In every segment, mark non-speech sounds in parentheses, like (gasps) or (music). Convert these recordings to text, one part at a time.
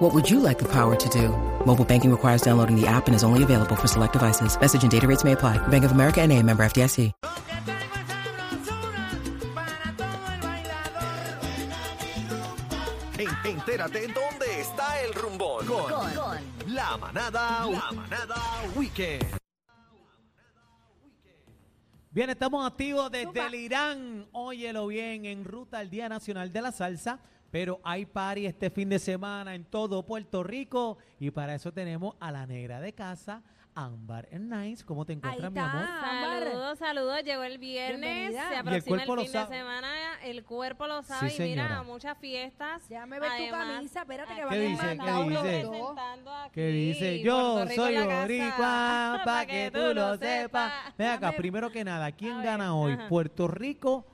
What would you like the power to do? Mobile banking requires downloading the app and is only available for select devices. Message and data rates may apply. Bank of America and a member FDIC. Lo que traigo es sabrosura para todo el bailador. En- entérate dónde está el rumbón. Con, la manada, la manada weekend. Bien, estamos activos desde el Irán. Óyelo bien, en ruta al Día Nacional de la Salsa. Pero hay party este fin de semana en todo Puerto Rico. Y para eso tenemos a la negra de casa, Ámbar Nice. ¿Cómo te Ahí encuentras, mi amor? está, Ámbar. Saludos, saludos. Llegó el viernes, Bienvenida. Y se el aproxima el, cuerpo lo fin de sabe. semana, el cuerpo lo sabe Sí, y señora. mira, muchas fiestas. Ya me ves tu Además, camisa, espérate que aquí van a ¿Qué dice? mandar ¿Qué los dice? dos. representando aquí, Que dice, Puerto yo Rico soy en la (laughs) casa, boricua, pa' para que tú lo sepas. Ven acá, Dame- primero que nada, ¿quién A ver, gana hoy? ajá. ¿Puerto Rico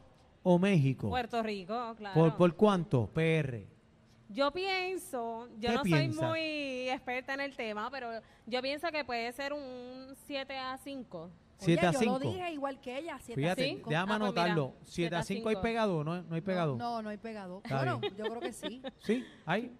o México? Puerto Rico, claro. ¿Por, ¿Por cuánto? PR. Yo pienso, yo ¿Qué no piensas? soy muy experta en el tema, pero yo pienso que puede ser un 7 a 5. Oye, 7 a Yo 5. lo dije igual que ella, 7 Fíjate, a 5. ya déjame Ah, pues mira, anotarlo. 7 siete a a 5 hay cinco. pegado, ¿no? No hay pegado. No, no hay pegado. Está bueno, bien. yo creo que sí. Sí, hay.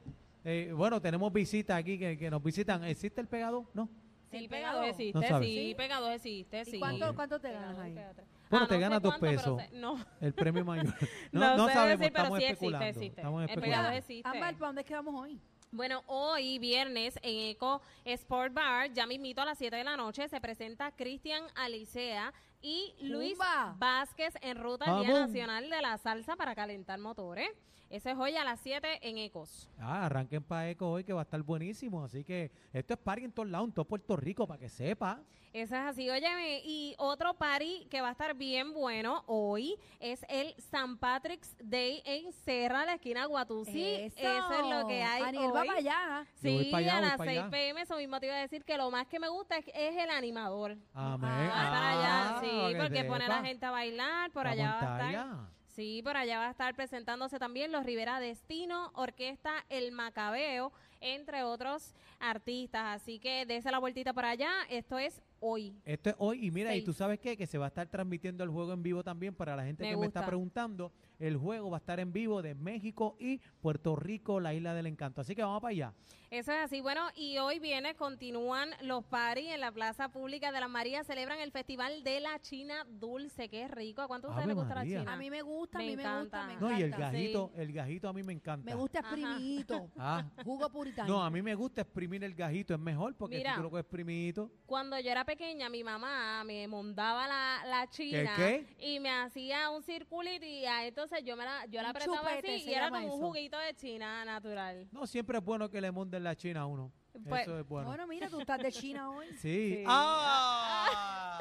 Eh, bueno, tenemos visitas aquí que, que nos visitan. ¿Existe el pegado? No. ¿El Sí, pegado? pegados existe, No sabes. sí, pegados existe, ¿Y (laughs) sí. cuánto, Ok. cuánto te ganas Pegados, ahí? espérate. Bueno, Ah, te no sé ganas dos cuánto, pero pesos. sé- no. El premio (laughs) mayor. No, No, no sé sabemos, decir, pero estamos sí existe, especulando. existe. Estamos El especulando. pegado Mira, existe. Ámbar, ¿para dónde quedamos hoy? Bueno, hoy viernes en Eco Sport Bar, ya mismito a las 7 de la noche, se presenta Cristian Alicea y Luis Zumba. Vázquez en Ruta al Día Vamos. Nacional de la Salsa para calentar motores. Ese es hoy a las 7 en Ecos. Ah, arranquen para Eco hoy que va a estar buenísimo. Así que esto es party en todos lados, en todo Puerto Rico, para que sepa. Eso es así, óyeme. Y otro party que va a estar bien bueno hoy es el San Patrick's Day en Serra, la esquina Guatusi. Eso, es lo que hay Aniel hoy. va para allá. Yo voy Sí, pa' allá, a voy las pa' 6 allá. pm, eso mismo te iba a decir que lo más que me gusta es, es el animador. Amén. Ah, para allá, Ah, para sí, que porque pone a la sepa. gente a bailar, por La allá va a estar. pantalla. Sí, por allá va a estar presentándose también los Rivera Destino, Orquesta El Macabeo, entre otros artistas. Así que dése la vueltita para allá, esto es hoy. Esto es hoy, y mira, y tú Seis. sabes qué, que se va a estar transmitiendo el juego en vivo también para la gente Me que me está gusta. preguntando. El juego va a estar en vivo de México y Puerto Rico, la isla del encanto. Así que vamos para allá. Eso es así. Bueno, y hoy viene, continúan los paris en la Plaza Pública de las Marías, celebran el Festival de la China Dulce. Qué rico. ¿A cuánto a ustedes Ave les gusta María. la China? A mí me gusta, a Me mí me gusta, encanta. me encanta. No, y el gas. gajito, el gajito a mí me encanta. Me gusta Ajá. exprimidito. Ah, Jugo puritano. no, a mí me gusta exprimir el gajito, es mejor porque Mira. tú lo que exprimidito. Cuando yo era pequeña, mi mamá me mondaba la, la china qué? y me hacía un circulito y ah, entonces yo me la, yo la Un apretaba chupete, así se y era llama como un eso. juguito de china natural. No, siempre es bueno que le monden la china a uno. Pues, Eso es bueno. Bueno, mira, tú estás de China hoy. (laughs) sí. Sí. ¡Ah!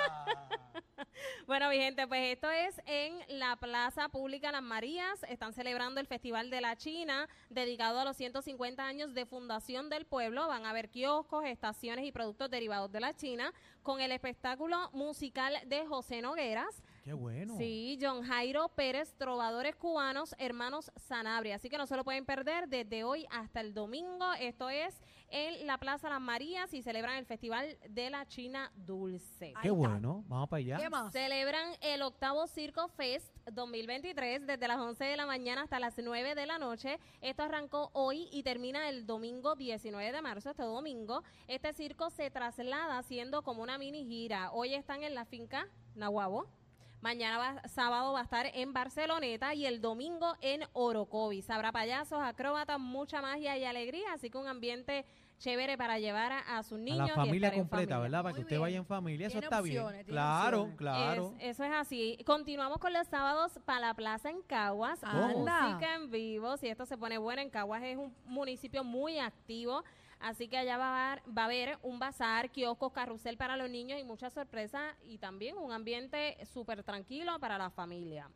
Bueno, mi gente, pues esto es en la Plaza Pública Las Marías. Están celebrando el Festival de la China, dedicado a los 150 años de fundación del pueblo. Van a haber kioscos, estaciones y productos derivados de la China, con el espectáculo musical de José Nogueras. (laughs) ¡Qué bueno! Sí, John Jairo Pérez, Trovadores Cubanos, Hermanos Sanabria. Así que no se lo pueden perder desde hoy hasta el domingo. Esto es en la Plaza Las Marías y celebran el Festival de la China Dulce. Ahí ¡Qué está. bueno! Vamos para allá. ¿Qué más? Celebran el octavo Circo Fest 2023 desde las 11 de la mañana hasta las 9 de la noche. Esto arrancó hoy y termina el domingo 19 de marzo, este domingo. Este circo se traslada haciendo como una mini gira. Hoy están en la finca Nahuabo. Mañana va- sábado va a estar en Barceloneta y el domingo en Orocovis. Habrá payasos, acróbatas, mucha magia y alegría, así que un ambiente chévere para llevar a, a sus niños. a y la familia estar en completa, familia. ¿verdad? Para Muy que usted bien. vaya en familia, eso Tiene está bien. opciones, tiene Claro, opciones. claro. Es- eso es así. Continuamos con los sábados para la plaza en Caguas. ¿Cómo? Música en vivo. Si esto se pone bueno, en Caguas es un municipio muy activo. Así que allá va a, haber, va a haber un bazar, kioscos, carrusel para los niños y muchas sorpresas. Y también un ambiente súper tranquilo para la familia.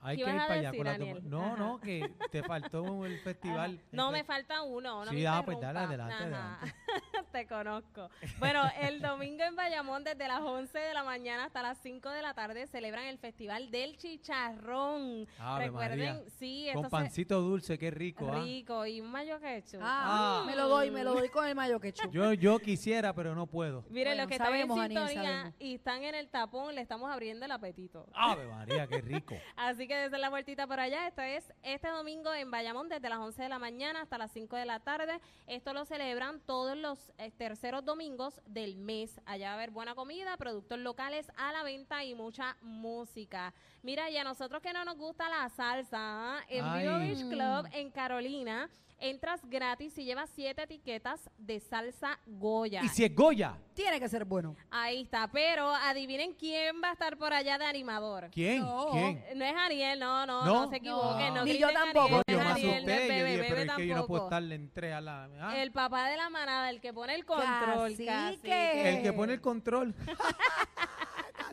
Hay ¿Qué que ir ibas a para allá decir, con la toma- Daniel? No, Ajá. no, (laughs) que te faltó el festival. No, Entonces- me falta uno. No Sí, me ah, pues interrumpa. dale, adelante, Ajá. adelante. (laughs) Te conozco. Bueno, el domingo en Bayamón, desde las 11 de la mañana hasta las 5 de la tarde, celebran el Festival del Chicharrón. Ave Recuerden, María. sí, Con esto se- pancito dulce, qué rico, ¿ah? rico y un mayo quechu. Ah, Ah. me lo doy, me lo doy con el mayo quechu. Yo, yo quisiera, pero no puedo. Miren, Bueno, los que sabemos, están en Aniel, sintonía sabemos. y están en el tapón, le estamos abriendo el apetito. Ave María, qué (laughs) rico. Así que desde la vueltita para allá, esto es este domingo en Bayamón desde las 11 de la mañana hasta las 5 de la tarde. Esto lo celebran todos los eh, terceros domingos del mes. Allá va a haber buena comida, productos locales a la venta y mucha música. Mira, y a nosotros que no nos gusta la salsa, ¿ah? en Ay. Vivo Beach Club en Carolina entras gratis y llevas siete etiquetas de salsa Goya. ¿Y si es Goya? Tiene que ser bueno. Ahí está, pero adivinen quién va a estar por allá de animador. ¿Quién? No. ¿Quién? No Eh, es Ariel, no, no, ¿No? no, se equivoquen. No. Ni griten yo tampoco. Yo, yo Pues Ariel, no me es Ariel, no es asusté, yo Bebe, dije, pero Bebe es que yo no puedo tampoco. estarle entre a la... ah, El papá de la manada, el que pone el control. Cacique. cacique. el que pone el (laughs) control.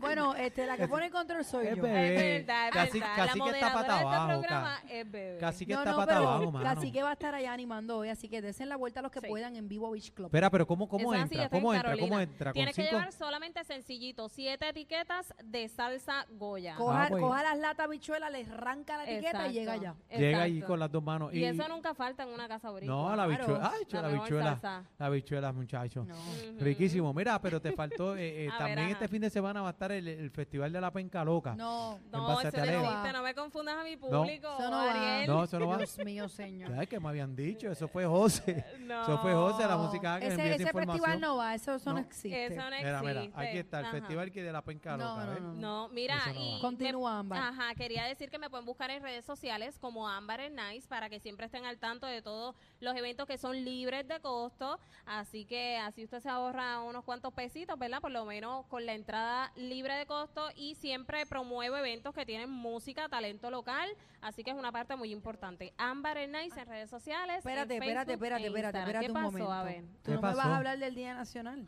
Bueno, este, la que pone el control soy Ah, Es yo. bebé. Es verdad, es Casi- verdad. casi la que está moderadora pata de este abajo, programa ca- es bebé. Casi que no, está no, pata pero abajo, mano. Casi que va a estar allá animando hoy, así que desen la vuelta a los que Sí. puedan en Vivo Beach Club. Espera, pero ¿cómo, cómo Eso es así, entra? está en ¿Cómo entra? Carolina. ¿Cómo entra? ¿Con Tienes que cinco? llevar solamente sencillito, siete etiquetas de salsa Goya. Coja, Ah, pues. coja las latas bichuelas, les arranca la etiqueta Exacto, y llega allá. Llega ahí exacto. con las dos manos. Y, eso nunca falta en una casa boricua. No, la claro. bichuela. Ay, La la, mejor bichuela. salsa. La bichuela, muchacho. No. Ujú. Riquísimo. Mira, pero te faltó. eh, eh, A ver, también ajá. este fin de semana va a estar el, el Festival de la Penca Loca. No. en No, base a eso no tarea. existe, no me confundas a mi público, Eso no va. Ariel. No, eso no va. Dios mío, señor. Ay, que me habían dicho. Eso fue José. No. Eso fue José, la música que me envió Ese, esa ese festival información. no va, eso, eso no, No. existe. Eso no mira, existe. mira. Aquí está el Ajá. Festival que de la Penca No, Loca. no, ¿ves? no, No, mira, Eso no y va. me- Continúa, Ámbar. Ajá, quería decir que me pueden buscar en redes sociales como Ámbar en Nice para que siempre estén al tanto de todos los eventos que son libres de costo. Así que así usted se ahorra unos cuantos pesitos, ¿verdad? Por lo menos con la entrada libre de costo y siempre promuevo eventos que tienen música, talento local. Así que es una parte muy importante. Ámbar en Nice en redes sociales. en Espérate, espérate, Facebook espérate, e espérate, Instagram. espérate ¿Qué un pasó? momento. A ver. Tú ¿Qué no me vas pasó? a hablar del Día Nacional.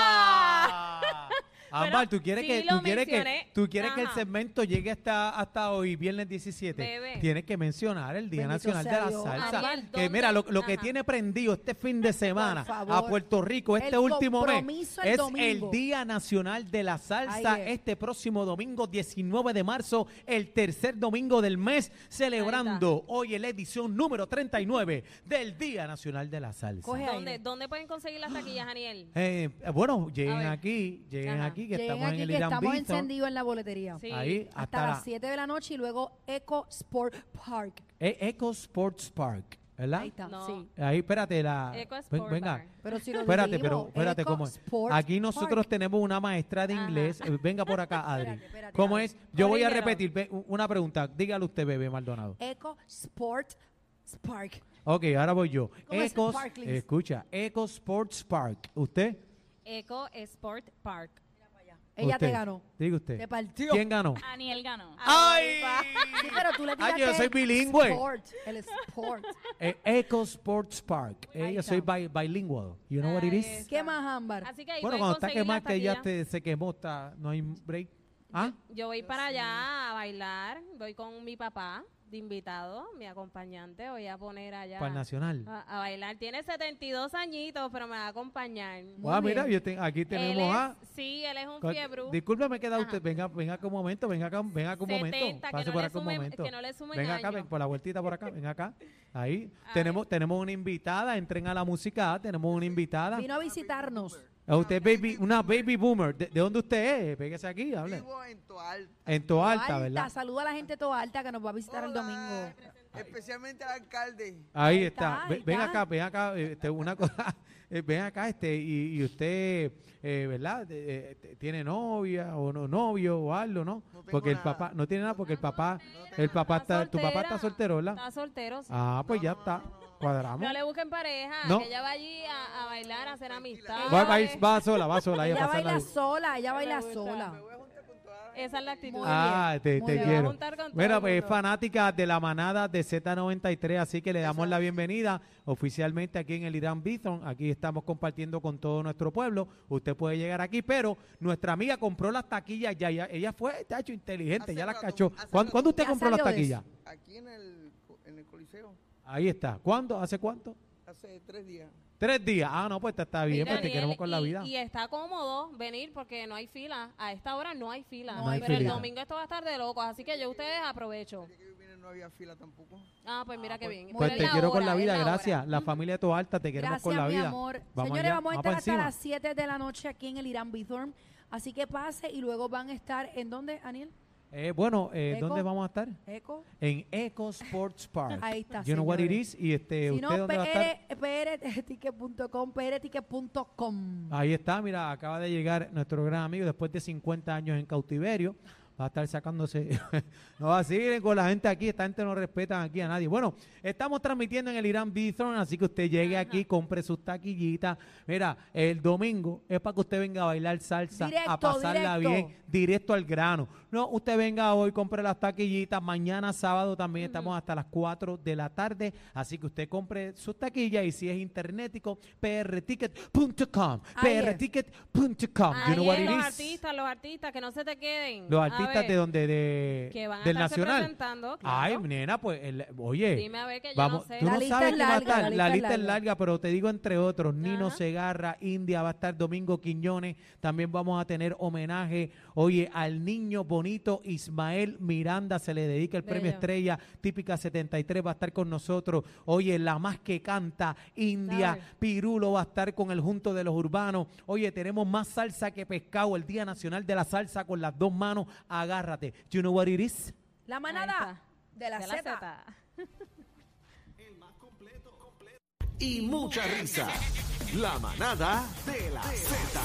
¡Ah! Ámbar, Pero tú quieres sí que lo tú quieres que mencioné. tú quieres que el Ajá. segmento llegue hasta hasta hoy viernes 17. Bebé. Tienes que mencionar el Día Bendito Nacional de sea la Dios. Salsa, Ámbar, que ¿dónde? mira lo, lo que Ajá. tiene prendido este fin de semana Por favor. a Puerto Rico este El último mes compromiso el es el domingo. Día Nacional de la Salsa Ahí es. este próximo domingo 19 de marzo, el tercer domingo del mes, celebrando hoy en la edición número 39 del Día Nacional de la Salsa. Coge ¿Dónde, aire. dónde pueden conseguir (gasps) las taquillas, Aniel? Eh, bueno, A lleguen ver. aquí, lleguen Ajá. aquí, que Lleguen estamos en aquí el que Irán estamos Bistro. encendidos en la boletería. Sí. Ahí, Hasta, hasta, las la, 7 de la noche y luego Eco Sport Park. E- Eco Sports Park, ¿verdad? Ahí está, No. sí. Ahí, espérate, la... Eco ven- Sport venga. Bar. Pero si lo Espérate, dijimos, pero espérate, Eco ¿cómo es? Sport Aquí nosotros Park. tenemos una maestra de Ajá. inglés. Eh, Venga por acá, Adri. (laughs) Espérate, espérate, ¿Cómo Adri. es? Yo voy a Corrígelo. repetir ve, u- una pregunta. Dígale usted, bebé Maldonado. Eco Sport Park. Ok, ahora voy yo. ¿Cómo es? Ecos, Barclays. escucha, Eco Sports Park. ¿Usted? Eco Sport Park. Ella Usted. te ganó. Diga usted. Te partió. ¿Quién ganó? Aniel ganó. ¡Ay! Sí, pero tú le Ay, tiraste Ah, yo soy el bilingüe. sport, el sport. Eh, Eco Sports Park. Eh, Ahí yo está. Eh, soy bi- bilingual. You know what it Ahí is? ¿Qué más, Ámbar? Así que ahí Bueno, pueden cuando está conseguir quemada, las que ya taquillas. te- se quemó, está, no hay break. ¿Ah? Yo voy para allá a bailar, voy con mi papá de invitado, mi acompañante, voy a poner allá Para el Nacional. Ah, a, a bailar. Tiene 72 añitos, pero me va a acompañar. Muy Ah, mira, bien. yo te- aquí tenemos Él es- a. Sí, él es un Con- fiebre. Discúlpame que da Ajá. usted. Venga, venga acá un momento, venga acá, venga acá un 70, momento. que Pase no por le acá un sumen- momento. que no le sumen venga acá, años. ven por la vueltita por acá, ven acá. Ahí. (laughs) Ay. Tenemos, tenemos una invitada, entren a la música, ah, tenemos una invitada. Vino a visitarnos. A usted baby, una baby boomer. ¿De, de dónde usted es? Pégase aquí, hable. Vivo en Toal. En Toa Alta, ¿verdad? Saluda a la gente toda alta que nos va a visitar el domingo. Especialmente al alcalde. Ahí Ahí está. está, Ve- ahí ven está. acá, ven acá, este, una cosa, (laughs) eh, ven acá, este, y, y usted, eh, ¿verdad? De- eh, te- tiene novia o no novio o algo, ¿no? No tengo porque el nada. papá no tiene nada, porque el papá, tengo el papá Está está, tu papá está soltera. soltero, ¿verdad? Está soltero, sí. Ah, pues ya está, cuadramos. No le busquen pareja, No. que ella va allí a, a bailar, a hacer amistad. Va, va, va sola, va (laughs) sola, ella Ella pasa baila la sola, ella baila gusta. sola. Esa es la actitud. Muy Ah, te, muy te bien. Se va a quiero. juntar con todo Mira, el pues es mundo. fanática de la manada de Z93, así que le damos la bienvenida oficialmente aquí en el Irán Bithorn. Aquí estamos compartiendo con todo nuestro pueblo. Usted puede llegar aquí, pero nuestra amiga compró las taquillas ya. Ella, ella fue, tacho, inteligente, Hace ya las rato, cachó. hace ¿Cuándo, rato. cuándo usted Ya compró las salió de taquillas? Aquí en el, co- en el Coliseo, Ahí está. ¿Cuándo? ¿Hace cuánto? hace tres días. Tres días. Ah, no, pues está- está bien, Mira, pues te Daniel, queremos con la Este y- vida. Y está cómodo venir porque no hay fila. A esta hora no hay fila. No hay pero fila. el domingo esto va a estar de locos, así que yo ustedes aprovecho. Que yo vine no había fila tampoco. Ah, pues mira qué bien. Pues Bueno, te es la quiero con hora, la es vida, la hora. gracias. La familia Toalta, te queremos Gracias, con la vida. mi amor. Señores, allá, vamos a pa' estar hasta encima. las 7 de la noche aquí en el Irán Bithorn. Así que pase y luego van a estar en dónde, Aniel? Eh, bueno, eh, Eco. ¿dónde vamos a estar? Eco. En Eco Sports Park. Ahí está, You know what it señores. is. Y este, si ¿usted no, pues, dónde va a estar? PR, (laughs) prticket.com, prticket.com. Ahí está, mira, acaba de llegar nuestro gran amigo después de 50 años en cautiverio. Va a estar sacándose. (laughs) no vacilen con la gente aquí. Esta gente no respeta aquí a nadie. Bueno, estamos transmitiendo en el Irán Bithron, así que usted llegue aquí, compre sus taquillitas. Mira, el domingo es para que usted venga a bailar salsa, a Directo, pasarla directo. bien, directo al grano. No, usted venga hoy, compre las taquillitas. Mañana sábado también estamos hasta las 4 de la tarde. Así que usted compre sus taquillas y si es internetico, prticket.com. Ahí es. prticket.com. You know Ahí what es it los is. artistas, los artistas, que no se te queden. Los A artistas ver, de donde de que van a del estarse nacional. presentando, claro. Ay, nena, pues el- oye. Dime a ver que yo no sé. tú La no lista sabes es quién va a larga, estar. la La lista lista es es larga, pero te digo entre otros, Nino Ajá. Segarra, India va a estar Domingo Quiñones, también vamos a tener homenaje, oye, al niño bonito Ismael Miranda se le dedica el premio Bello. Estrella Típica 73 va a estar con nosotros. Oye, la más que canta India Sabe. Pirulo va a estar con el Junto de los Urbanos. Oye, tenemos más salsa que pescado, el Día Nacional de la Salsa con las dos manos. Agárrate. You know what it is? La Ahí manada está. de la, de Z. Zeta. Y mucha risa. La manada de la Z.